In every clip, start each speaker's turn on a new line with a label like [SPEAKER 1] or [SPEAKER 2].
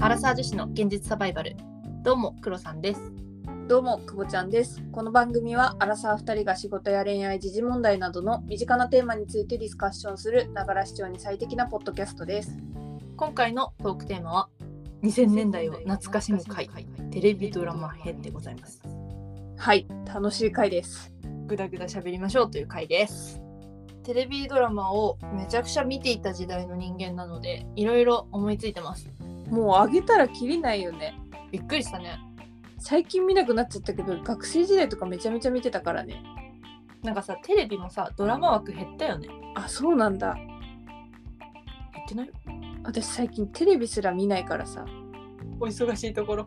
[SPEAKER 1] アラサー女子の現実サバイバルどうもクロさんです
[SPEAKER 2] どうもくぼちゃんですこの番組はアラサー2人が仕事や恋愛時事問題などの身近なテーマについてディスカッションするながら視聴に最適なポッドキャストです
[SPEAKER 1] 今回のトークテーマは2000年代を懐かしむ会テレビドラマ編でございます
[SPEAKER 2] はい楽しい回です
[SPEAKER 1] ぐだぐだ喋りましょうという回ですテレビドラマをめちゃくちゃ見ていた時代の人間なのでいろいろ思いついてます
[SPEAKER 2] もうあげたらきりないよね
[SPEAKER 1] びっくりしたね
[SPEAKER 2] 最近見なくなっちゃったけど学生時代とかめちゃめちゃ見てたからね
[SPEAKER 1] なんかさテレビもさドラマ枠減ったよね
[SPEAKER 2] あそうなんだ
[SPEAKER 1] 減ってない
[SPEAKER 2] 私最近テレビすら見ないからさ
[SPEAKER 1] お忙しいところ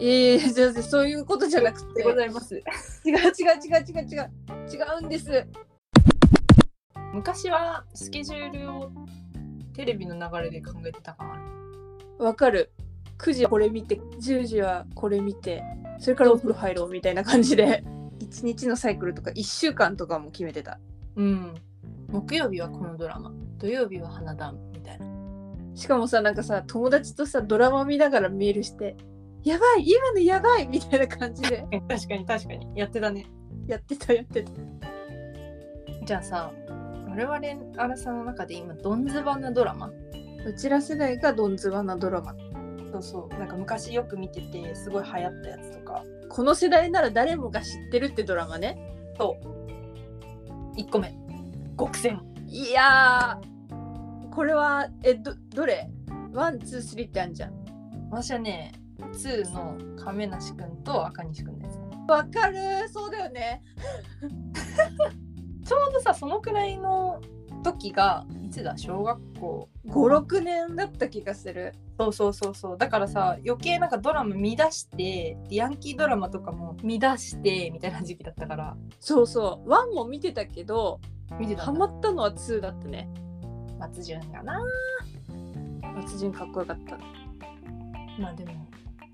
[SPEAKER 2] ええー、じゃあそういうことじゃなく
[SPEAKER 1] で
[SPEAKER 2] て
[SPEAKER 1] ございます
[SPEAKER 2] 違う違う違う違う違う違うんです
[SPEAKER 1] 昔はスケジュールをテレビの流れで考えてた感ある
[SPEAKER 2] わかる9時はこれ見て10時はこれ見てそれからお風呂入ろうみたいな感じで1日のサイクルとか1週間とかも決めてた
[SPEAKER 1] うん木曜日はこのドラマ土曜日は花壇みたいな
[SPEAKER 2] しかもさなんかさ友達とさドラマ見ながらメールして「やばい今のやばい!」みたいな感じで
[SPEAKER 1] 確かに確かにやってたね
[SPEAKER 2] やってたやってた
[SPEAKER 1] じゃあさ我々アラサーの中で今ドンズバなドラマ
[SPEAKER 2] うちら世代がドンズワなドラマ
[SPEAKER 1] そうそうなんか昔よく見ててすごい流行ったやつとか
[SPEAKER 2] この世代なら誰もが知ってるってドラマね
[SPEAKER 1] 1個目極戦
[SPEAKER 2] いやーこれはえどどれワンツースリーってあんじゃん
[SPEAKER 1] 私はね2の亀梨くんと赤西くんです
[SPEAKER 2] わかるそうだよね
[SPEAKER 1] ちょうどさそのくらいの時がいつだ小学校
[SPEAKER 2] 56年だった気がする
[SPEAKER 1] そうそうそうそうだからさ余計なんかドラマ見出してヤンキードラマとかも見出してみたいな時期だったから
[SPEAKER 2] そうそう1も見てたけど
[SPEAKER 1] 見てた
[SPEAKER 2] ハ
[SPEAKER 1] ん
[SPEAKER 2] マ
[SPEAKER 1] だ
[SPEAKER 2] ったのは2だったね
[SPEAKER 1] 松潤がな
[SPEAKER 2] 松潤かっこよかった
[SPEAKER 1] まあでも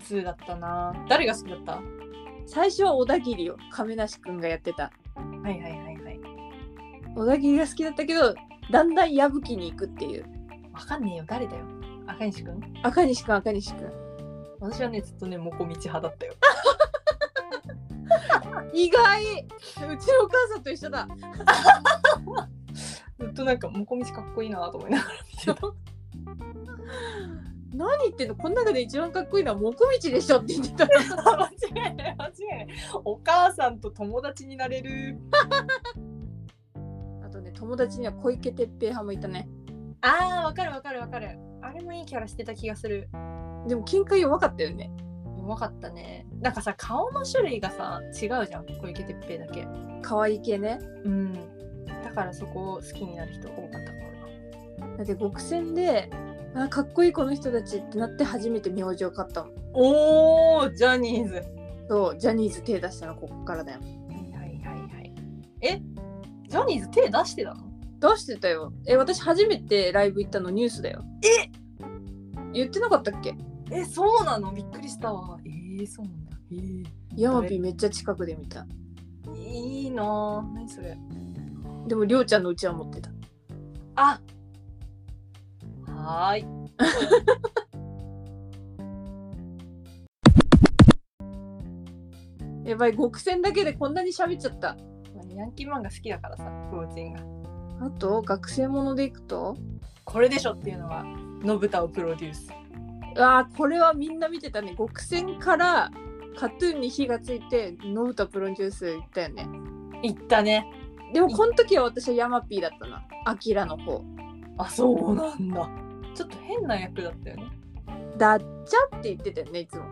[SPEAKER 1] 2だったな誰が好きだったは
[SPEAKER 2] 最初は小田切を亀梨くんがやってた
[SPEAKER 1] いはいはいはい
[SPEAKER 2] 小田切が好きだったけどだんだん矢吹に行くっていう
[SPEAKER 1] わかんねえよ誰だよ赤西くん
[SPEAKER 2] 赤西くん赤西くん
[SPEAKER 1] 私はねずっとねもこみち派だったよ
[SPEAKER 2] 意外うちのお母さんと一緒だ
[SPEAKER 1] ずっとなんかもこみちかっこいいなと思いながら見てた
[SPEAKER 2] 何言ってんのこの中で一番かっこいいのはもこみちでしょって言って た
[SPEAKER 1] 間違いない間違いないお母さんと友達になれる
[SPEAKER 2] あとね友達には小池徹平派もいたね
[SPEAKER 1] あーわかるわかるわかるあれもいいキャラしてた気がする
[SPEAKER 2] でも喧嘩弱かったよね
[SPEAKER 1] うまかったねなんかさ顔の種類がさ違うじゃん小池徹平だけ
[SPEAKER 2] 可愛い系ね
[SPEAKER 1] うんだからそこを好きになる人多かったか
[SPEAKER 2] だって極戦であかっこいいこの人たちってなって初めて名字を買ったもん
[SPEAKER 1] おおジャニーズは
[SPEAKER 2] そうジャニーズ手出したのここからだよ
[SPEAKER 1] いはいはいはいえジャニーズ手出してたの
[SPEAKER 2] 出してたよえ私初めてライブ行ったのニュースだよ
[SPEAKER 1] え
[SPEAKER 2] 言ってなかったっけ
[SPEAKER 1] えそうなのびっくりしたわえー、そうなんだえー、
[SPEAKER 2] ヤマピーめっちゃ近くで見た
[SPEAKER 1] いいなぁ何それ
[SPEAKER 2] でもりょうちゃんのうちは持ってた
[SPEAKER 1] あはーい
[SPEAKER 2] やばい極戦だけでこんなに喋っちゃった
[SPEAKER 1] ヤンキー漫画好きだからさクオチンが
[SPEAKER 2] あと学生ものでいくと
[SPEAKER 1] これでしょっていうのはのぶたをプロデュース
[SPEAKER 2] あーこれはみんな見てたね極戦からカトゥーンに火がついてノブタプロデュース行ったよね
[SPEAKER 1] いったね
[SPEAKER 2] でもこの時は私はヤマピーだったなアキラの方
[SPEAKER 1] あそうなんだちょっと変な役だったよね
[SPEAKER 2] ダッチャって言ってたよねいつも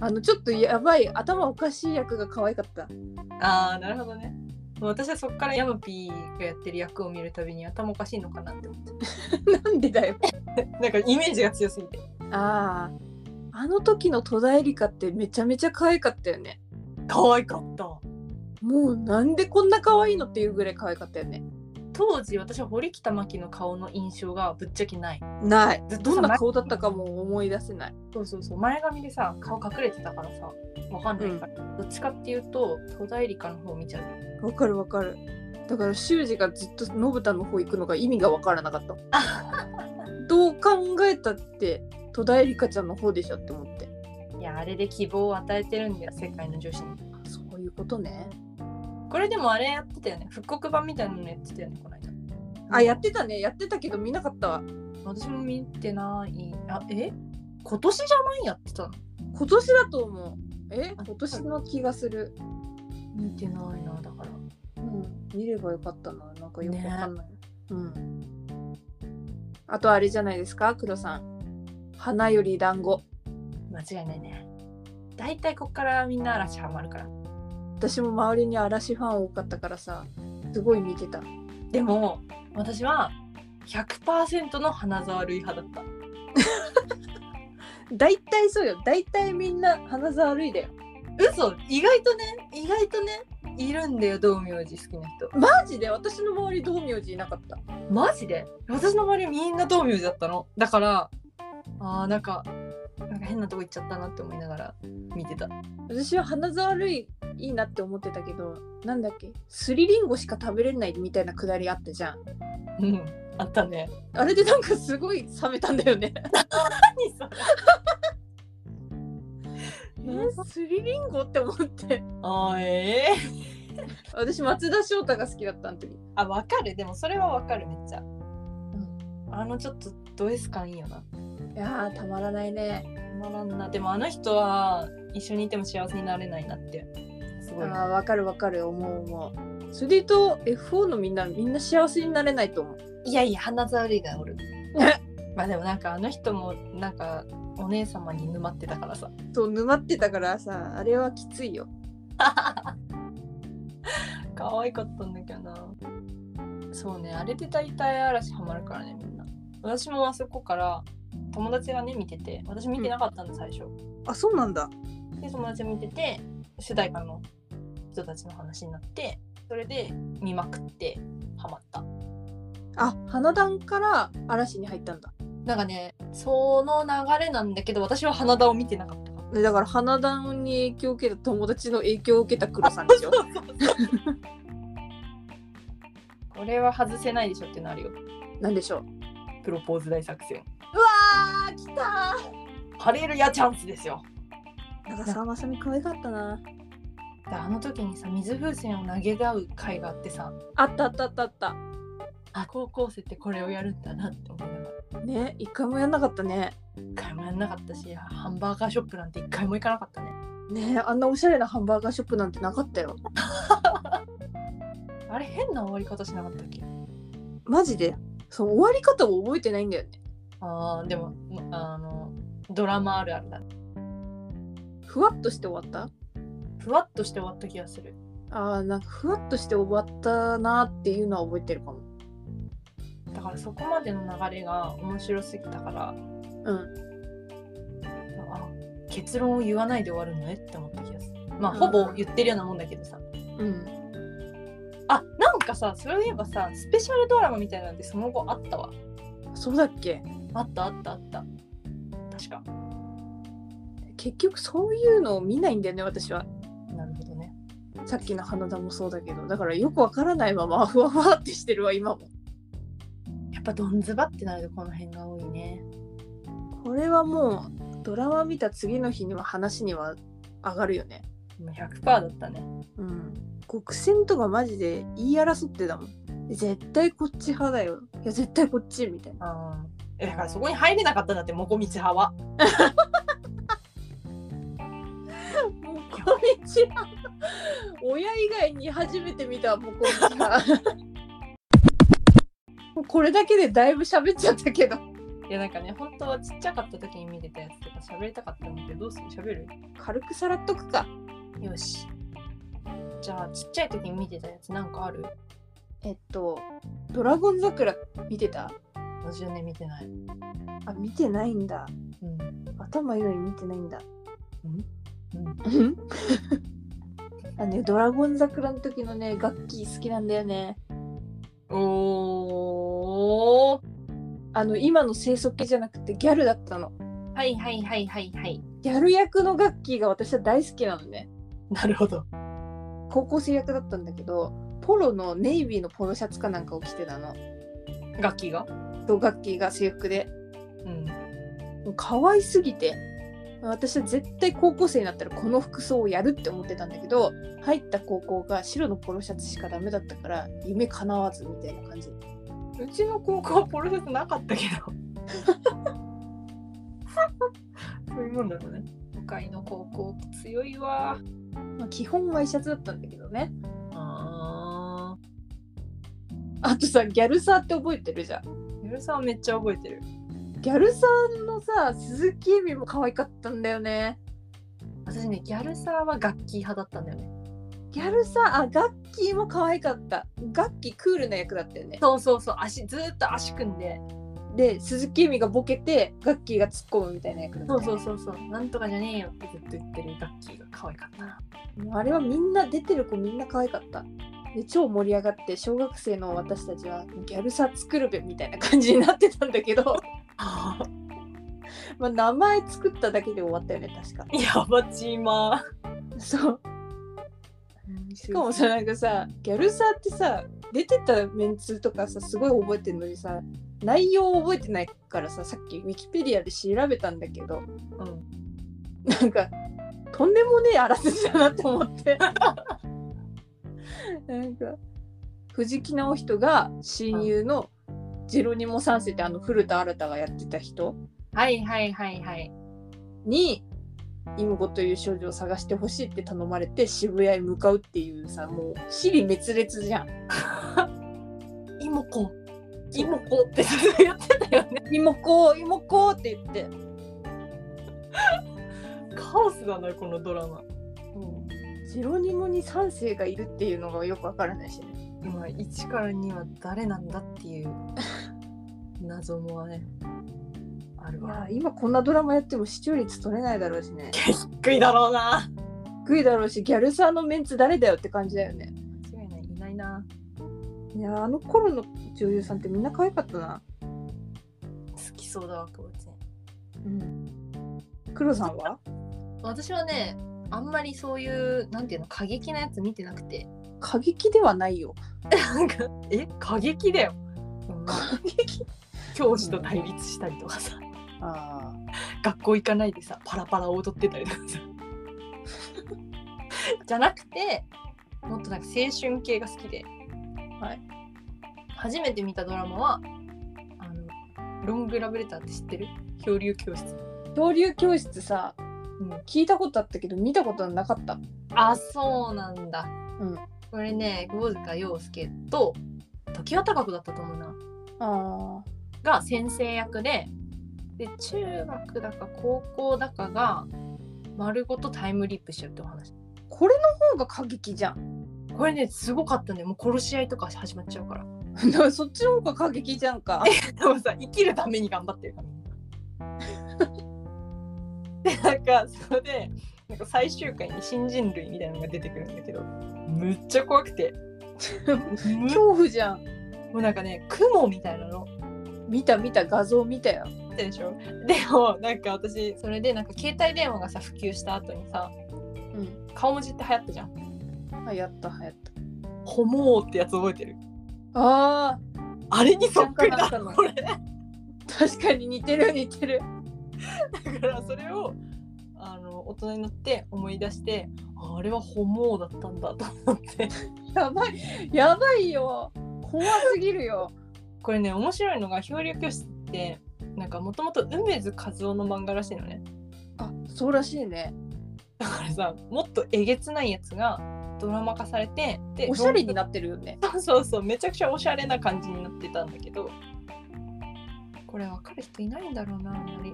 [SPEAKER 2] あのちょっとやばい頭おかしい役が可愛かった
[SPEAKER 1] ああなるほどねもう私はそっからヤマピーがやってる役を見るたびに頭おかしいのかなって思って
[SPEAKER 2] なんでだよ。
[SPEAKER 1] なんかイメージが強すぎて
[SPEAKER 2] ああ。あの時の戸田恵梨香ってめちゃめちゃ可愛かったよね。
[SPEAKER 1] 可愛かった
[SPEAKER 2] もうなんでこんな可愛いのっていうぐらい可愛かったよね。
[SPEAKER 1] 当時私は堀北真希の顔の印象がぶっちゃけない
[SPEAKER 2] ない。
[SPEAKER 1] ずっと
[SPEAKER 2] どんな
[SPEAKER 1] さ
[SPEAKER 2] 顔だったかも思い出せない。
[SPEAKER 1] そうそうそう前髪でさ顔隠れてたからさわかんないから、どっちかっていうと戸田恵梨香の方見ちゃう
[SPEAKER 2] わかるわかる。 だから修二がずっと信太の方行くのが意味がわからなかった。どう考考えたって戸田恵梨香ちゃんの方でしょって思って
[SPEAKER 1] いやあれで希望を与えてるんだよ世界の女子に
[SPEAKER 2] そういうことね
[SPEAKER 1] これでもあれやってたよね復刻版みたいなのやってたよねこの間
[SPEAKER 2] あやってたねやってたけど見なかったわ
[SPEAKER 1] 私も見てないあえ今年じゃないやってたの
[SPEAKER 2] 今年だと思うえ今年の気がする
[SPEAKER 1] 見てないなだから
[SPEAKER 2] うん見ればよかったななんかよくわかんない、うんあとあれじゃないですか黒さん花より団子
[SPEAKER 1] 間違いないね大体こっからみんな嵐ハマるから
[SPEAKER 2] 私も周りに嵐ファン多かったからさすごい見てた
[SPEAKER 1] でも私は100%の花沢類派だった
[SPEAKER 2] 大体そうよ大体みんな花沢類だよ
[SPEAKER 1] 嘘意外とね意外とねいるんだよ道明寺好きな人
[SPEAKER 2] マジで私の周り道明寺いなかった
[SPEAKER 1] マジで私の周りみんな道明寺だったのだからあーなんかなんか変なとこ行っちゃったなって思いながら見てた
[SPEAKER 2] 私は花沢類いいなって思ってたけどなんだっけすりりんごしか食べれないみたいなくだりあったじゃん
[SPEAKER 1] うんあったね
[SPEAKER 2] あれでなんかすごい冷めたんだよね
[SPEAKER 1] 何それ
[SPEAKER 2] えすりりんごって思って
[SPEAKER 1] あーえー、
[SPEAKER 2] 私松田翔太が好きだったんで
[SPEAKER 1] あわかるでもそれはわかるめっちゃ、うん、あのちょっとド S 感いいよない
[SPEAKER 2] やーたまらないね
[SPEAKER 1] たまらんなでもあの人は一緒にいても幸せになれないなってす
[SPEAKER 2] あ
[SPEAKER 1] ごい
[SPEAKER 2] ーわかるわかる思う思うそれで言うと F4 のみんなみんな幸せになれないと思う
[SPEAKER 1] いやいや花沢類がおる
[SPEAKER 2] え
[SPEAKER 1] まあでもなんかあの人もなんかお姉様に沼ってたからさ
[SPEAKER 2] と沼ってたからさあれはきついよ
[SPEAKER 1] 可愛かったんだけどなそうねあれで大体嵐ハマるからねみんな私もあそこから友達がね見てて私見てなかったんだ最初、
[SPEAKER 2] あそうなんだ
[SPEAKER 1] で友達が見てて主題歌の人たちの話になってそれで見まくってハマった
[SPEAKER 2] あ花壇から嵐に入ったんだ
[SPEAKER 1] なんかねその流れなんだけど私は花田を見てなかったから
[SPEAKER 2] ねだから花壇に影響を受けた友達の影響を受けた黒さんでしょ
[SPEAKER 1] これは外せないでしょってなるよ
[SPEAKER 2] なんでしょう
[SPEAKER 1] プロポーズ大作戦
[SPEAKER 2] うわー来た
[SPEAKER 1] 晴れるやチャンスですよ
[SPEAKER 2] ー長澤まさみ可愛かったな
[SPEAKER 1] であの時にさ水風船を投げ合う会があってさ
[SPEAKER 2] あったあったあったあった
[SPEAKER 1] あ高校生ってこれをやるんだなって思いながら
[SPEAKER 2] ね一回もやんなかったね
[SPEAKER 1] 一回もやんなかったしハンバーガーショップなんて一回も行かなかったね
[SPEAKER 2] ねあんなおしゃれなハンバーガーショップなんてなかったよ
[SPEAKER 1] あれ変な終わり方しなかったっけ
[SPEAKER 2] マジでその終わり方を覚えてないんだよね
[SPEAKER 1] あーでもあのドラマあるあるだ
[SPEAKER 2] ふわっとして終わった
[SPEAKER 1] ふわっとして終わった気がする
[SPEAKER 2] あーなんかふわっとして終わったなーっていうのは覚えてるかも
[SPEAKER 1] だからそこまでの流れが面白すぎたから
[SPEAKER 2] うん
[SPEAKER 1] あ結論を言わないで終わるのねって思った気がするまあ
[SPEAKER 2] うん
[SPEAKER 1] ほぼ言ってるようなもんだけどさ
[SPEAKER 2] うん
[SPEAKER 1] あなんかさそれを言えばさスペシャルドラマみたいなんてその後あったわ
[SPEAKER 2] そうだっけ
[SPEAKER 1] あったあったあった確か
[SPEAKER 2] 結局そういうのを見ないんだよね私は
[SPEAKER 1] なるほどね
[SPEAKER 2] さっきの花田もそうだけどだからよくわからないままふわふわってしてるわ今も
[SPEAKER 1] やっぱドンズバってなるとこの辺が多いね
[SPEAKER 2] これはもうドラマ見た次の日には話には上がるよね
[SPEAKER 1] もう100%だったね
[SPEAKER 2] うん極戦とかマジで言い争ってたもん絶対こっち派だよいや絶対こっちみたいな
[SPEAKER 1] あーえだからそこに入れなかったんだってもこみち派は
[SPEAKER 2] もうこんにちは親以外に初めて見たもうこんにちは もうこれだけでだいぶ喋っちゃったけど
[SPEAKER 1] いやなんかね本当はちっちゃかった時に見てたやつとか喋りたかったんだけどどうする喋る
[SPEAKER 2] 軽くさらっとくか
[SPEAKER 1] よしじゃあちっちゃい時に見てたやつなんかある
[SPEAKER 2] えっと「ドラゴン桜」見てた
[SPEAKER 1] 私はね見てない
[SPEAKER 2] あ見てないんだ
[SPEAKER 1] うん
[SPEAKER 2] 頭以外見てないんだ
[SPEAKER 1] うん
[SPEAKER 2] うん あのね、ドラゴン桜の時のね楽器好きなんだよね
[SPEAKER 1] おー
[SPEAKER 2] あの今の清楚系じゃなくてギャルだったの
[SPEAKER 1] はいはいはいはいはい
[SPEAKER 2] ギャル役の楽器が私は大好きなのね
[SPEAKER 1] なるほど
[SPEAKER 2] 高校生役だったんだけどポロのネイビーのポロシャツかなんかを着てたの
[SPEAKER 1] 楽器が
[SPEAKER 2] と楽器が制服で
[SPEAKER 1] うん
[SPEAKER 2] もう可愛すぎて私は絶対高校生になったらこの服装をやるって思ってたんだけど入った高校が白のポロシャツしかダメだったから夢叶わずみたいな感じ
[SPEAKER 1] うちの高校はポロシャツなかったけど そういうもんだろうね都会の高校強いわ
[SPEAKER 2] まあ、基本ワイシャツだったんだけどね
[SPEAKER 1] あ
[SPEAKER 2] あとさギャルサーって覚えてるじゃん
[SPEAKER 1] ゆるさんはめっちゃ覚えてる
[SPEAKER 2] ギャルサーのさ鈴木恵美も可愛かったんだよね
[SPEAKER 1] 私ねギャルサーは楽器派だったんだよね
[SPEAKER 2] ギャルサーあガッキーも可愛かったガッキークールな役だったよね
[SPEAKER 1] そうそうそう足ずーっと足組んで
[SPEAKER 2] で鈴木恵美がボケてガッキーが突っ込むみたいな役だった
[SPEAKER 1] そ
[SPEAKER 2] よ
[SPEAKER 1] う
[SPEAKER 2] ね
[SPEAKER 1] そうそうそうなんとかじゃねえよってずっと言ってる楽器が可愛かったな
[SPEAKER 2] もうあれはみんな出てる子みんな可愛かったで超盛り上がって小学生の私たちはギャルサ作るべみたいな感じになってたんだけど まあ名前作っただけで終わったよね確か
[SPEAKER 1] やばちま
[SPEAKER 2] そうし
[SPEAKER 1] し
[SPEAKER 2] かもさなんかさギャルサってさ出てたメンツとかさすごい覚えてるのにさ内容を覚えてないからささっきウィキペディアで調べたんだけど
[SPEAKER 1] うん
[SPEAKER 2] なんかとんでもねえあらすじだなと思ってなんか藤木直人が親友のジェロニモ三世ってあの古田新太がやってた人
[SPEAKER 1] はいはいはいはい
[SPEAKER 2] にイムゴという少女を探してほしいって頼まれて渋谷へ向かうっていうさもう尻滅裂じゃん。
[SPEAKER 1] イモコイモコってずっと言ってたよね
[SPEAKER 2] イモコイモコって言って
[SPEAKER 1] カオスだなこのドラマ
[SPEAKER 2] ジェロニモに三世がいるっていうのがよくわからないしね。
[SPEAKER 1] 今1から2は誰なんだっていう謎もねある
[SPEAKER 2] いや
[SPEAKER 1] わ
[SPEAKER 2] 今こんなドラマやっても視聴率取れないだろうしね。
[SPEAKER 1] 低いだろうな
[SPEAKER 2] 低いだろうしギャルサーのメンツ誰だよって感じだよね
[SPEAKER 1] 間違いないいないない
[SPEAKER 2] やーあの頃の女優さんってみんな可愛かったな
[SPEAKER 1] 好きそうだわ久保ちゃん
[SPEAKER 2] うん黒さんは
[SPEAKER 1] 私はねあんまりそういうなんていうの過激なやつ見てなくて
[SPEAKER 2] 過激ではないよ
[SPEAKER 1] なんかえ過激だよ
[SPEAKER 2] 過激
[SPEAKER 1] 教師と対立したりとかさ
[SPEAKER 2] あ
[SPEAKER 1] 学校行かないでさパラパラ踊ってたりとか さじゃなくてもっとなんか青春系が好きで、
[SPEAKER 2] はい
[SPEAKER 1] 初めて見たドラマはあの「ロングラブレター」って知ってる漂流教室、
[SPEAKER 2] ー恐竜教室さ
[SPEAKER 1] うん、
[SPEAKER 2] 聞いたことあったけど見たことはなかった
[SPEAKER 1] あそうなんだ、
[SPEAKER 2] うん
[SPEAKER 1] これね窪塚洋介と常盤貴子だったと思うな
[SPEAKER 2] あ
[SPEAKER 1] が先生役でで中学だか高校だかが丸ごとタイムリープしちゃうってお話
[SPEAKER 2] これの方が過激じゃん
[SPEAKER 1] これねすごかったねもう殺し合いとか始まっちゃうから
[SPEAKER 2] だからそっちの方が過激じゃんか
[SPEAKER 1] でもさ生きるために頑張ってるからみんな でなんかそれでなんか最終回に新人類みたいなのが出てくるんだけどむっちゃ怖く てむも
[SPEAKER 2] 恐怖じゃん
[SPEAKER 1] うなんかね雲みたいなの
[SPEAKER 2] 見た見た画像見たよ
[SPEAKER 1] 見たでしょでもなんか私それでなんか携帯電話がさ普及した後にさ
[SPEAKER 2] うん
[SPEAKER 1] 顔文字って流行ったじゃん
[SPEAKER 2] あやったはやった
[SPEAKER 1] ホモーってやつ覚えてる
[SPEAKER 2] あ
[SPEAKER 1] あれに
[SPEAKER 2] ー
[SPEAKER 1] そっくり
[SPEAKER 2] な
[SPEAKER 1] だ
[SPEAKER 2] んかなった
[SPEAKER 1] こ
[SPEAKER 2] の
[SPEAKER 1] れ
[SPEAKER 2] 確かに似てる似てる
[SPEAKER 1] だからそれをあの大人になって思い出してああれはホモーだったんだと思って
[SPEAKER 2] やばい、やばいよ。怖すぎるよ。
[SPEAKER 1] これね面白いのが漂流教室ってなんかもともと梅津和夫の漫画らしいのね
[SPEAKER 2] あ、そうらしいね。
[SPEAKER 1] だからさもっとえげつないやつがドラマ化されてで
[SPEAKER 2] おしゃれになってるよね。
[SPEAKER 1] そうそうそうめちゃくちゃおしゃれな感じになってたんだけどこれ分かる人いないんだろうなあんまり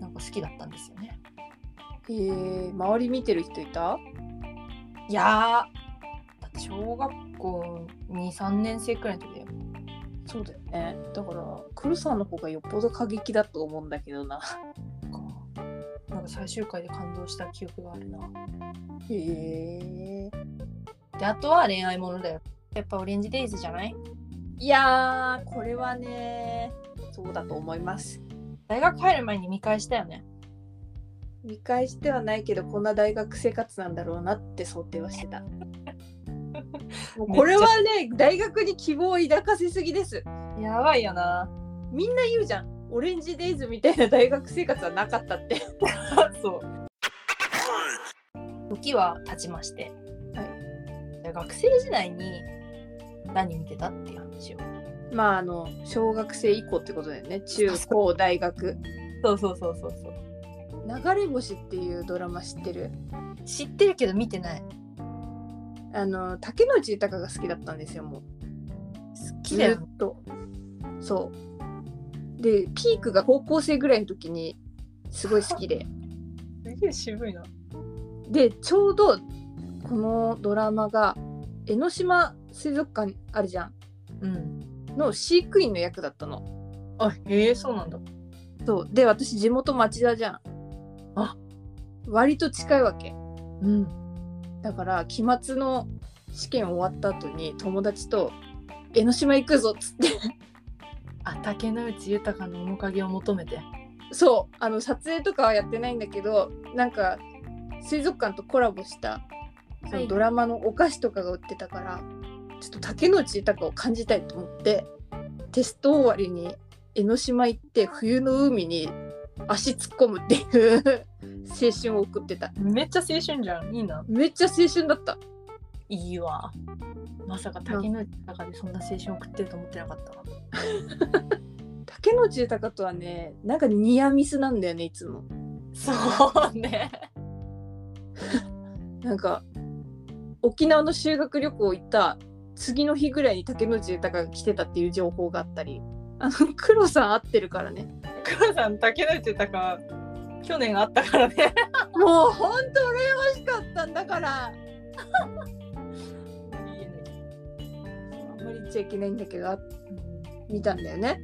[SPEAKER 1] なんか好きだったんですよね
[SPEAKER 2] えー、周り見てる人いた？
[SPEAKER 1] いやーだって小学校23年生くらいの時だよ
[SPEAKER 2] そうだよね。だから、クルさんの方がよっぽど過激だと思うんだけどな。
[SPEAKER 1] なんか最終回で感動した記憶があるな
[SPEAKER 2] へえー。
[SPEAKER 1] であとは恋愛ものだよやっぱオレンジデイズじゃない
[SPEAKER 2] いやー、これはね、そうだと思います。
[SPEAKER 1] 大学入る前に見返したよね
[SPEAKER 2] 見返してはないけど、こんな大学生活なんだろうなって想定は してた。もうこれはね、大学に希望を抱かせすぎです。
[SPEAKER 1] やばいよな
[SPEAKER 2] みんな言うじゃんオレンジデイズみたいな大学生活はなかったって
[SPEAKER 1] そう時は経ちまして、
[SPEAKER 2] は
[SPEAKER 1] じゃあ学生時代に何見てたっていう話を
[SPEAKER 2] まああの小学生以降ってことだよね中高大学
[SPEAKER 1] そうそうそうそうそう
[SPEAKER 2] 流れ星っていうドラマ知ってる
[SPEAKER 1] 知ってるけど見てない
[SPEAKER 2] あの竹野内豊が好きだったんですよもう
[SPEAKER 1] 好き
[SPEAKER 2] ず
[SPEAKER 1] だよ
[SPEAKER 2] っとそうでピークが高校生ぐらいの時にすごい好きで
[SPEAKER 1] すげえ渋いな
[SPEAKER 2] でちょうどこのドラマが江ノ島水族館あるじゃん
[SPEAKER 1] うん
[SPEAKER 2] の飼育員の役だったの
[SPEAKER 1] あへえそうなんだ
[SPEAKER 2] そうで私地元町田じゃん
[SPEAKER 1] あ
[SPEAKER 2] 割と近いわけ
[SPEAKER 1] うん
[SPEAKER 2] だから期末の試験終わった後に友達と「江ノ島行くぞ」っつって
[SPEAKER 1] あ竹野内豊の面影を求めて
[SPEAKER 2] そうあの撮影とかはやってないんだけどなんか水族館とコラボしたそのドラマのお菓子とかが売ってたから、ちょっと竹野内豊を感じたいと思ってテスト終わりに江ノ島行って冬の海に足突っ込むっていう 青春を送ってた
[SPEAKER 1] めっちゃ青春じゃんいいな
[SPEAKER 2] めっちゃ青春だった
[SPEAKER 1] いいわまさか竹野内豊でそんな青春送ってると思ってなかったわ
[SPEAKER 2] 竹野内豊とはねなんかニアミスなんだよねいつも
[SPEAKER 1] そうね
[SPEAKER 2] なんか沖縄の修学旅行行った次の日ぐらいに竹野内豊が来てたっていう情報があったりあの黒さん合ってるからね
[SPEAKER 1] 母さん竹野内豊去年あったからね
[SPEAKER 2] もうほんと羨ましかったんだから
[SPEAKER 1] いいね
[SPEAKER 2] あんまり言っちゃいけないんだけどあ見たんだよね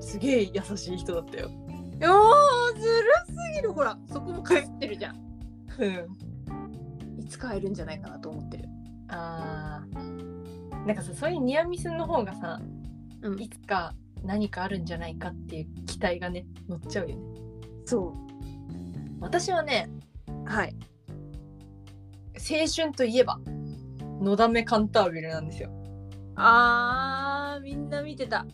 [SPEAKER 1] すげえ優しい人だったよ。
[SPEAKER 2] おーずるすぎるほらそこもかすってるじゃん
[SPEAKER 1] うん。
[SPEAKER 2] いつか会えるんじゃないかなと思ってる
[SPEAKER 1] あーなんかさそういうニアミスの方がさ、
[SPEAKER 2] うん
[SPEAKER 1] いつか何かあるんじゃないかっていう期待がね乗っちゃうよね。
[SPEAKER 2] そ
[SPEAKER 1] 私はね
[SPEAKER 2] うはい
[SPEAKER 1] 青春といえばのだめカンタービレなんですよ。
[SPEAKER 2] あーみんな見てた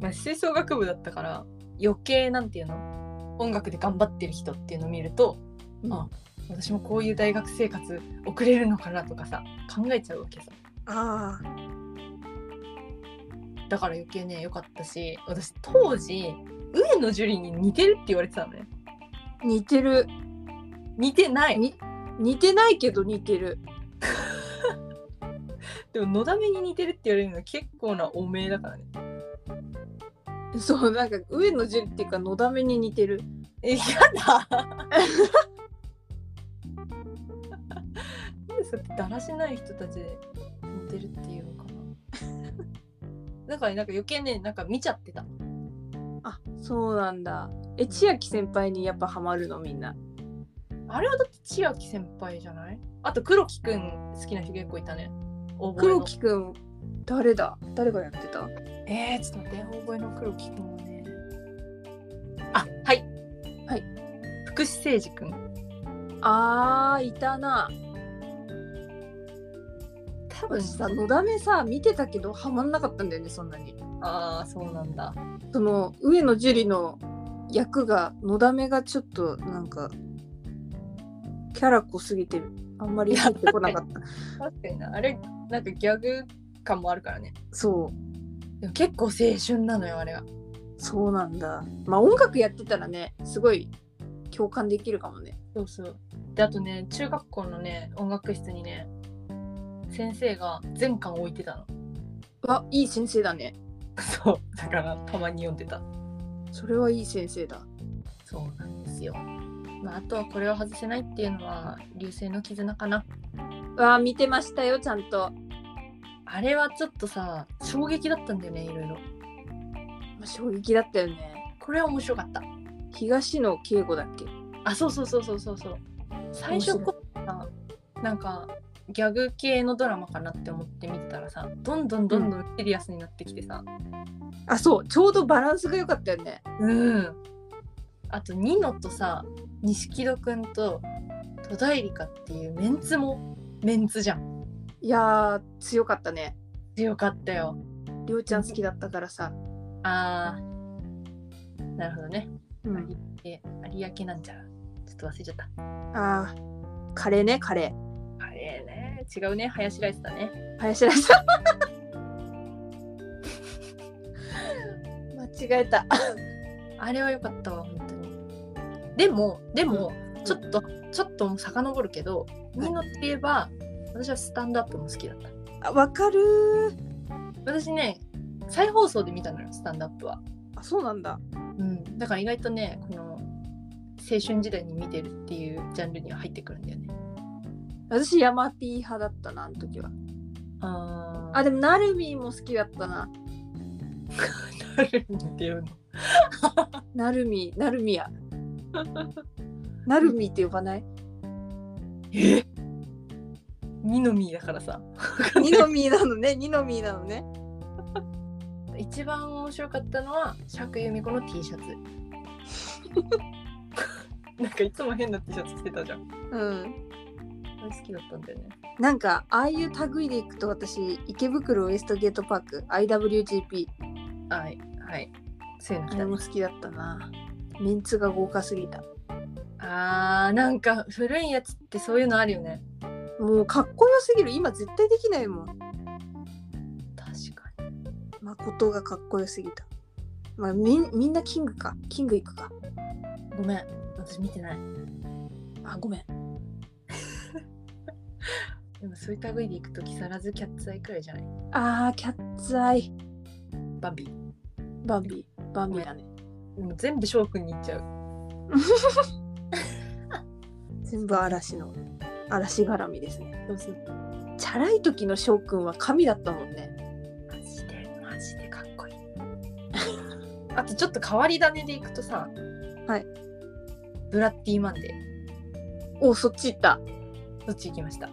[SPEAKER 1] まあ、吹奏楽部だったから余計なんていうの音楽で頑張ってる人っていうのを見ると、
[SPEAKER 2] うん
[SPEAKER 1] あ私もこういう大学生活送れるのかなとかさ考えちゃうわけさ
[SPEAKER 2] あ
[SPEAKER 1] だから余計ね良かったし私当時上野樹里に似てるって言われてたのね
[SPEAKER 2] ー似てる
[SPEAKER 1] 似てない
[SPEAKER 2] に似てないけど似てる
[SPEAKER 1] でものだめに似てるって言われるのは結構な汚名だからね
[SPEAKER 2] そうなんか上野樹里っていうかのだめに似てる
[SPEAKER 1] えやだなんでそうやってだらしない人たちで似てるっていうのかなだからなんか余計ねなんか見ちゃってた
[SPEAKER 2] あそうなんだえ千秋先輩にやっぱハマるのみんな
[SPEAKER 1] あれはだって千秋先輩じゃないあと黒木くん好きな人結構いたね覚えの
[SPEAKER 2] 黒木くん誰だ誰がやってた
[SPEAKER 1] えー、ちょっと待って覚えの黒木くんはねあはい
[SPEAKER 2] はい
[SPEAKER 1] 福士誠二くん
[SPEAKER 2] あーいたな
[SPEAKER 1] 多
[SPEAKER 2] 私さのだめさ見てたけどハマんなかったんだよねそんなに
[SPEAKER 1] ああそうなんだ
[SPEAKER 2] その上野樹里の役がのだめがちょっとなんかキャラ濃すぎてあんまり入ってこなか った
[SPEAKER 1] 確かになあれなんかギャグ感もあるからね
[SPEAKER 2] そう
[SPEAKER 1] でも結構青春なのよあれが
[SPEAKER 2] そうなんだ。まあ音楽やってたらね、すごい共感できるかもね。
[SPEAKER 1] そうそうであとね中学校のね音楽室にね先生が全巻置いてたの
[SPEAKER 2] わ、いい先生だね。
[SPEAKER 1] そうだからたまに読んでた
[SPEAKER 2] それはいい先生だ。
[SPEAKER 1] そうなんですよまあ、あとはこれを外せないっていうのは流星の絆かな
[SPEAKER 2] わあ、見てましたよ、ちゃんと。ま
[SPEAKER 1] あれはちょっとさ衝撃だったんだよねいろいろ
[SPEAKER 2] あ、衝撃だったよね。
[SPEAKER 1] これは面白かった
[SPEAKER 2] 東野圭吾だっけ
[SPEAKER 1] あそうそうそうそうそうそう最初こうさなんかギャグ系のドラマかなって思って見てたらさどんどんどんどんシリアスになってきてさ
[SPEAKER 2] あ、そう、ちょうどバランスが良かったよね。
[SPEAKER 1] うん、あとニノとさ錦戸くんと戸田恵梨香っていうメンツもメンツじゃん
[SPEAKER 2] いやー、強かったね。
[SPEAKER 1] 強かったよ
[SPEAKER 2] りょうちゃん好きだったからさ。
[SPEAKER 1] あーなるほどね。
[SPEAKER 2] うん、
[SPEAKER 1] え、有明なんちゃら。ちょっと忘れちゃった。
[SPEAKER 2] あーカレーねカレー
[SPEAKER 1] あれね、違うね、ハヤシライスだね。
[SPEAKER 2] 林田さん 間違えた
[SPEAKER 1] あれは良かったわ、本当に。でも、でも、ちょっと、ちょっと遡るけど、ニノって言えば、私はスタンドアップも好きだった。
[SPEAKER 2] あわかるー
[SPEAKER 1] 私ね、再放送で見たのよ、スタンドアップは。
[SPEAKER 2] あそうなんだ
[SPEAKER 1] うん。だから意外とね、この、青春時代に見てるっていうジャンルには入ってくるんだよね。
[SPEAKER 2] 私ヤマピー派だったなあの時は
[SPEAKER 1] あ
[SPEAKER 2] あ
[SPEAKER 1] あ、で
[SPEAKER 2] でもナルミも好きだったな
[SPEAKER 1] も、なるんだよね。
[SPEAKER 2] ナルミナルミ やナルミって呼ばない
[SPEAKER 1] えニノミーだからさ。
[SPEAKER 2] ニノミーなのねニノミーなのね
[SPEAKER 1] 一番面白かったのは釈由美子の T シャツ なんかいつも変な T シャツ着てたじゃん
[SPEAKER 2] うん
[SPEAKER 1] あれ好きだったんだよね
[SPEAKER 2] なんかああいう類でいくと私池袋ウエストゲートパーク IWGP
[SPEAKER 1] はいはいそういうの着
[SPEAKER 2] あれ
[SPEAKER 1] たね
[SPEAKER 2] も好きだったなメンツが豪華すぎた
[SPEAKER 1] あーなんか古いやつってそういうのあるよね
[SPEAKER 2] もうかっこよすぎる今絶対できないもん
[SPEAKER 1] 確か
[SPEAKER 2] 誠がかっこよすぎたまあみんみんなキングかキング行くか
[SPEAKER 1] にごめん私見てない
[SPEAKER 2] あごめん
[SPEAKER 1] でもそういった類で行くと木更津キャッツアイくらいじゃない
[SPEAKER 2] あーキャッツアイ
[SPEAKER 1] バンビー
[SPEAKER 2] バンビバンビだね
[SPEAKER 1] もう全部翔くんに行っちゃう
[SPEAKER 2] 全部嵐の嵐絡みですね
[SPEAKER 1] そうそう
[SPEAKER 2] チャラい時の翔くんは神だったもんね
[SPEAKER 1] マジでマジでかっこいい あとちょっと変わり種で行くとさ
[SPEAKER 2] はい
[SPEAKER 1] ブラッディマンデー
[SPEAKER 2] おそっち行った
[SPEAKER 1] どっち行きました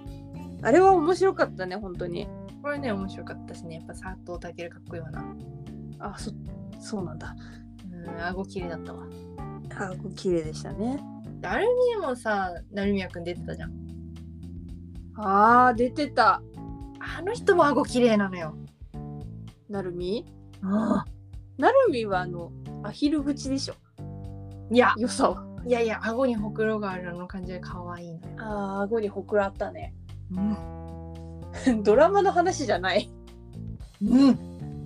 [SPEAKER 2] あれは面白かったね本当に
[SPEAKER 1] これね面白かったしねやっぱ佐藤健かっこいいわな
[SPEAKER 2] あそそうなんだ
[SPEAKER 1] うん顎綺麗だったわ
[SPEAKER 2] あこれ綺麗でしたね
[SPEAKER 1] でアルミエもさ成宮くん出てたじゃん
[SPEAKER 2] あー出てた
[SPEAKER 1] あの人も顎綺麗なのよ
[SPEAKER 2] なるみ
[SPEAKER 1] あ
[SPEAKER 2] なるみはあのアヒル口でしょ
[SPEAKER 1] いや
[SPEAKER 2] 良さはい
[SPEAKER 1] やいや顎にほくろがあるあの感じが可愛いのよ、
[SPEAKER 2] あー顎にほくろあったね
[SPEAKER 1] うん
[SPEAKER 2] ドラマの話じゃない
[SPEAKER 1] うん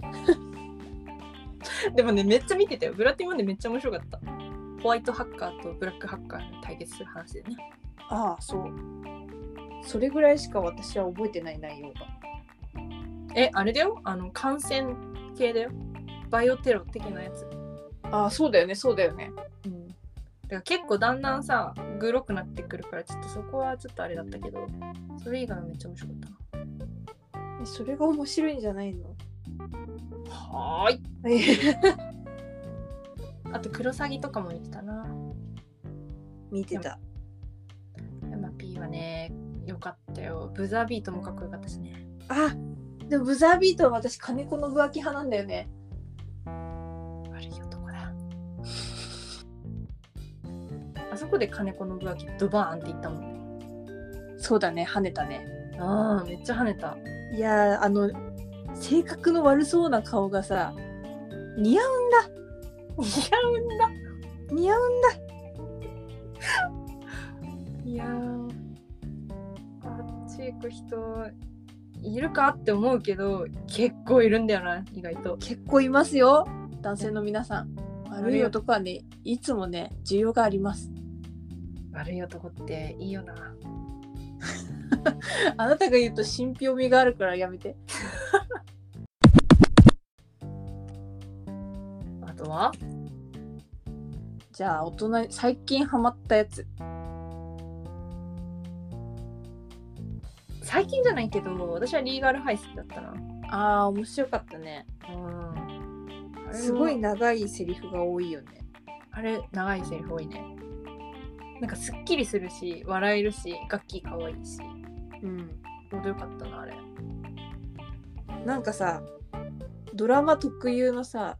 [SPEAKER 1] でもねめっちゃ見てたよブラッディマンデーめっちゃ面白かったホワイトハッカーとブラックハッカーの対決する話でね
[SPEAKER 2] ああそうそれぐらいしか私は覚えてない内容が
[SPEAKER 1] えあれだよあの感染系だよバイオテロ的なやつ
[SPEAKER 2] ああそうだよねそうだよね
[SPEAKER 1] うんだから結構だんだんさグロくなってくるからちょっとそこはちょっとあれだったけどそれ以外はめっちゃ面白かったな
[SPEAKER 2] えそれが面白いんじゃないの
[SPEAKER 1] はーい
[SPEAKER 2] え
[SPEAKER 1] あとクロサギとかも見てたな
[SPEAKER 2] 見てた
[SPEAKER 1] マピーはねよかったよブザービートもかっこよかったしね
[SPEAKER 2] あでもブザービートは私金子の浮気派なんだよね
[SPEAKER 1] 悪い男だあそこで金子のぶわきドバーンって言ったもんね
[SPEAKER 2] そうだね跳ねたね
[SPEAKER 1] ああめっちゃ跳ねた
[SPEAKER 2] いやーあの性格の悪そうな顔がさ似合
[SPEAKER 1] い
[SPEAKER 2] うん似合うんだ
[SPEAKER 1] やいやーあっち行く人いるかって思うけど結構いるんだよな意外と
[SPEAKER 2] 結構いますよ男性の皆さん悪い男はねいつもね需要があります
[SPEAKER 1] 悪い男っていいよな
[SPEAKER 2] あなたが言うと信憑味があるからやめて
[SPEAKER 1] あとは
[SPEAKER 2] じゃあ大人最近ハマったやつ
[SPEAKER 1] 最近じゃないけど私はリーガルハイ好きだったな
[SPEAKER 2] あー面白かったね
[SPEAKER 1] うん
[SPEAKER 2] すごい
[SPEAKER 1] な
[SPEAKER 2] 長いセリフが多いよね
[SPEAKER 1] あれ長いセリフ多いねなんかすっきりするし笑えるし楽器可愛いし
[SPEAKER 2] うん
[SPEAKER 1] ちょうどよかったなあれ
[SPEAKER 2] なんかさドラマ特有のさ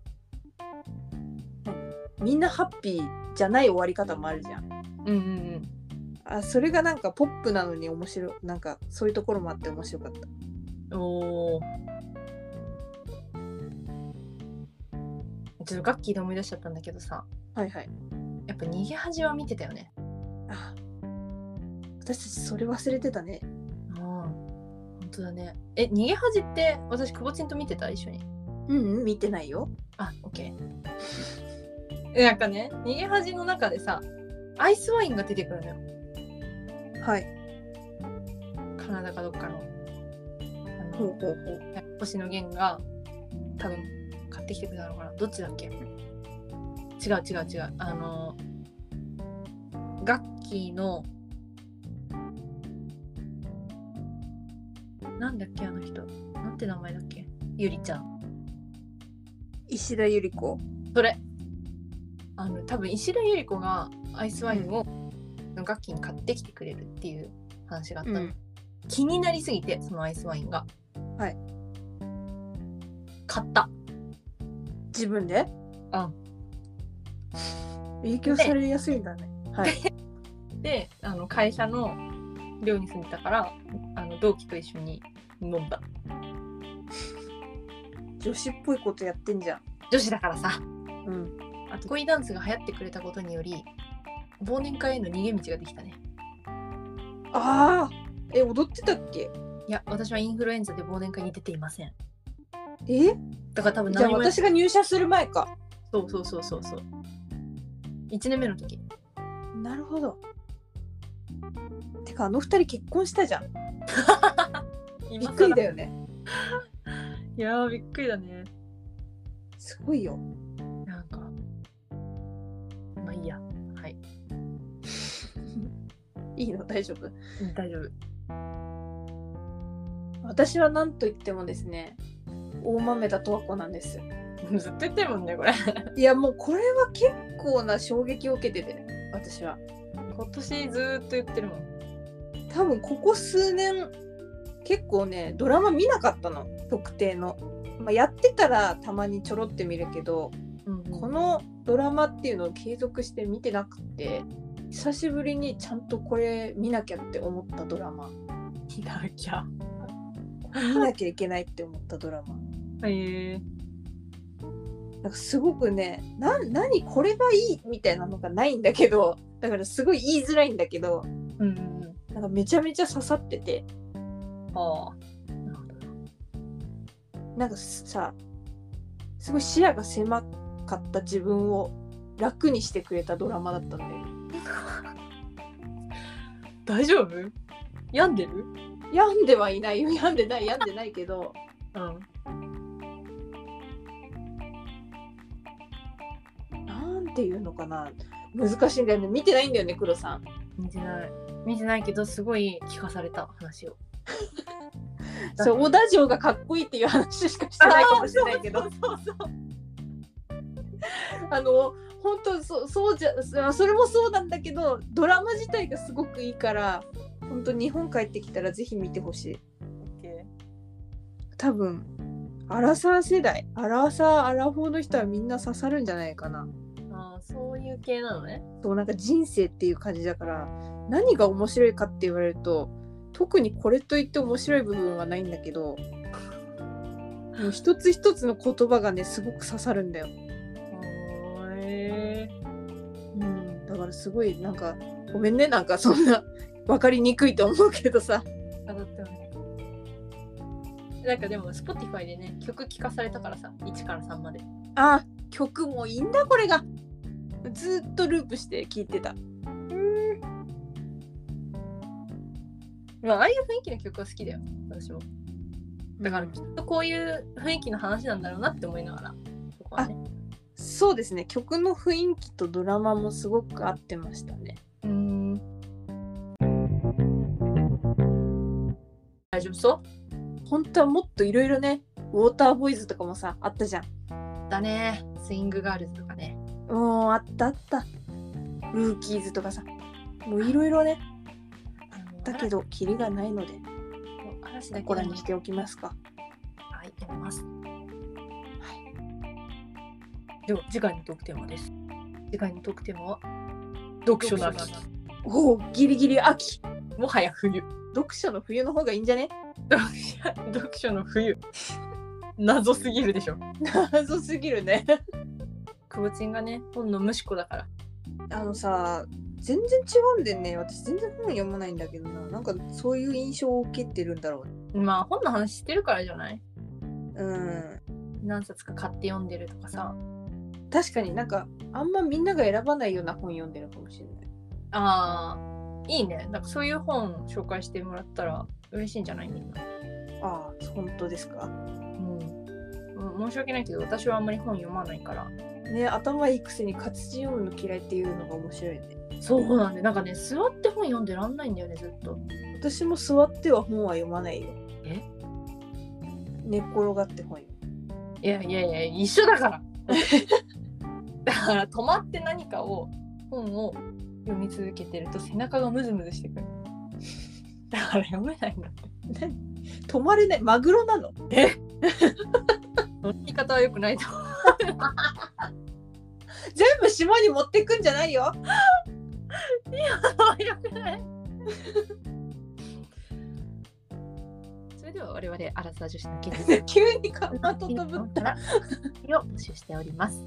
[SPEAKER 2] みんなハッピーじゃない終わり方もあるじゃん
[SPEAKER 1] うんうん
[SPEAKER 2] あそれがなんかポップなのに面白いなんかそういうところもあって面白かった
[SPEAKER 1] うんおおちょっとガッキーで思い出しちゃったんだけどさ
[SPEAKER 2] はいはい
[SPEAKER 1] やっぱ逃げ恥は見てたよね
[SPEAKER 2] あ私たちそれ忘れてたね
[SPEAKER 1] うん本当だねえ逃げ恥って私久保ちんと見てた一緒に
[SPEAKER 2] うん、うん、見てないよ
[SPEAKER 1] あオッケー えなんかね逃げ恥の中でさアイスワインが出てくるのよ
[SPEAKER 2] はい
[SPEAKER 1] カナダかどっかのあ
[SPEAKER 2] ほう
[SPEAKER 1] の
[SPEAKER 2] ほうほう
[SPEAKER 1] 星野源が多分買ってきてくれたのかなどっちだっけ違う違う違うあのガッキーのなんだっけあの人なんて名前だっけゆりちゃん
[SPEAKER 2] 石田ゆり子
[SPEAKER 1] それあの多分石田ゆり子がアイスワインをガッキーに買ってきてくれるっていう話があったの、
[SPEAKER 2] うん
[SPEAKER 1] 気になりすぎてそのアイスワインが
[SPEAKER 2] はい
[SPEAKER 1] 買った
[SPEAKER 2] 自分で
[SPEAKER 1] うん
[SPEAKER 2] 影響されやすいんだねはい
[SPEAKER 1] であの会社の寮に住んでたからあの同期と一緒に飲んだ
[SPEAKER 2] 女子っぽいことやってんじゃん
[SPEAKER 1] 女子だからさ
[SPEAKER 2] うん
[SPEAKER 1] あと恋ダンスが流行ってくれたことにより忘年会への逃げ道ができたね
[SPEAKER 2] ああえ踊ってたっけ
[SPEAKER 1] いや私はインフルエンザで忘年会に出ていません
[SPEAKER 2] え
[SPEAKER 1] だから多分
[SPEAKER 2] じゃあ
[SPEAKER 1] 何もやっ
[SPEAKER 2] 私が入社する前か
[SPEAKER 1] そうそうそうそうそう1年目の時
[SPEAKER 2] なるほどてかあの二人結婚したじゃんび
[SPEAKER 1] び
[SPEAKER 2] っくりだよね
[SPEAKER 1] いやーびっくりだね
[SPEAKER 2] すごいよ
[SPEAKER 1] なんかまあいいやはい
[SPEAKER 2] いいの大丈夫
[SPEAKER 1] うん大丈夫
[SPEAKER 2] 私は何と言ってもですね大豆田十和子なんです
[SPEAKER 1] ずっと言ってるもんねこれ
[SPEAKER 2] いやもうこれは結構な衝撃を受けてて私は
[SPEAKER 1] 今年ずーっと言ってるもん
[SPEAKER 2] 多分ここ数年結構ねドラマ見なかったの特定の、まあ、やってたらたまにちょろって見るけど、
[SPEAKER 1] うん
[SPEAKER 2] このドラマっていうのを継続して見てなくて久しぶりにちゃんとこれ見なきゃって思ったドラマ
[SPEAKER 1] ひなきゃ
[SPEAKER 2] これ 見なきゃいけないって思ったドラマ
[SPEAKER 1] へえ
[SPEAKER 2] なんかすごくねな何これがいいみたいなのがないんだけどだからすごい言いづらいんだけど
[SPEAKER 1] うんうんうん
[SPEAKER 2] なんかめちゃめちゃ刺さってて
[SPEAKER 1] ああなるほど
[SPEAKER 2] なんかさすごい視野が狭かった自分を楽にしてくれたドラマだったんだよ
[SPEAKER 1] 大丈夫病んでるうん
[SPEAKER 2] 病んではいないよ病んでない病んでないけどなんていうのかな難しいんだよね見てないんだよね黒さん
[SPEAKER 1] 見てない見てないけどすごい聞かされた話を
[SPEAKER 2] そう小田城がかっこいいっていう話しかしてないかもしれないけど
[SPEAKER 1] あーそうそうそう
[SPEAKER 2] あの本当そうそうじゃそそれもそうなんだけどドラマ自体がすごくいいから本当日本帰ってきたらぜひ見てほしい多分アラサー世代アラサーアラフォーの人はみんな刺さるんじゃないかな
[SPEAKER 1] あーそういう系なのね
[SPEAKER 2] そうなんか人生っていう感じだから何が面白いかって言われると特にこれといって面白い部分はないんだけどもう一つ一つの言葉がねすごく刺さるんだよ
[SPEAKER 1] へえ
[SPEAKER 2] うん、だからすごいなんかごめんねなんかそんな分かりにくいと思うけどさ
[SPEAKER 1] 当たってますなんかでも Spotify でね曲聞かされたからさ1から3まで
[SPEAKER 2] あ曲もいいんだこれがずっとループして聴いてた
[SPEAKER 1] まあ、ああいう雰囲気の曲は好きだよ私もだから
[SPEAKER 2] うん
[SPEAKER 1] きっとこういう雰囲気の話なんだろうなって思いながらそこはね
[SPEAKER 2] そうですね曲の雰囲気とドラマもすごく合ってましたね
[SPEAKER 1] うん大丈夫そ
[SPEAKER 2] 本当はもっといろいろねウォーターボーイズとかもさあったじゃん
[SPEAKER 1] うだねスイングガールズとかね
[SPEAKER 2] もうあったあったルーキーズとかさもういろいろねだけどキリがないので
[SPEAKER 1] 嵐だ
[SPEAKER 2] こ
[SPEAKER 1] け
[SPEAKER 2] こら
[SPEAKER 1] でも
[SPEAKER 2] にしておきますか
[SPEAKER 1] はいやめますはいでは次回のトークテーマです次回のトークテーマは読書の秋
[SPEAKER 2] 読おおギリギリ秋
[SPEAKER 1] もはや冬
[SPEAKER 2] 読書の冬の方がいいんじゃね
[SPEAKER 1] 読 書読書の冬謎すぎるでしょ
[SPEAKER 2] 謎すぎるね
[SPEAKER 1] クボチンがね本の虫子だから
[SPEAKER 3] あのさ全然違うんでね私全然本読まないんだけどななんかそういう印象を受けてるんだろ
[SPEAKER 1] まあ本の話してるからじゃないう
[SPEAKER 3] うん
[SPEAKER 1] 何冊か買って読んでるとかさ
[SPEAKER 3] 確かになんか
[SPEAKER 2] あんまみんなが選ばないような本読んでるかもしれない。
[SPEAKER 1] あーいいねなんかそういう本紹介してもらったら嬉しいんじゃないみんな
[SPEAKER 3] ああ本当ですか
[SPEAKER 1] うん、申し訳ないけど私はあんまり本読まないから
[SPEAKER 2] ね頭いいくせに活字読むの嫌いっていうのが面白いね。
[SPEAKER 1] そうなんでなんかね座って本読んでらんないんだよねずっと
[SPEAKER 2] 私も座っては本は読まないよ。
[SPEAKER 1] え
[SPEAKER 2] 寝っ転がって本 読
[SPEAKER 1] いやいやいや一緒だからだから止まって何かを本を読み続けてると背中がムズムズしてくるだから読め ないんだって
[SPEAKER 2] む。止まれない。マグロなの
[SPEAKER 1] 言い方は良くないと思う
[SPEAKER 2] 全部島に持ってくんじゃない よ。
[SPEAKER 1] 良くないそれでは我々アラサー女子の現実
[SPEAKER 2] 急にかかととぶっ
[SPEAKER 1] った。を募集しております。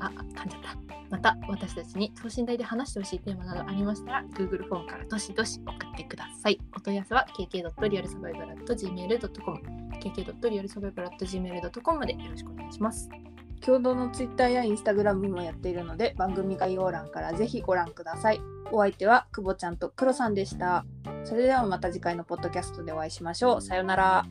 [SPEAKER 1] あ、あ、噛んじゃった。また、私たちに等身大で話してほしいテーマなどありましたら、Google フォームからどしどし送ってください。お問い合わせは kk.realsurvival.gmail.com、kk.realsurvival.gmail.com までよろしくお願いします。
[SPEAKER 2] 共同のツイッターやインスタグラムもやっているので番組概要欄からぜひご覧くださいお相手は久保ちゃんとクロさんでしたそれではまた次回のポッドキャストでお会いしましょうさようなら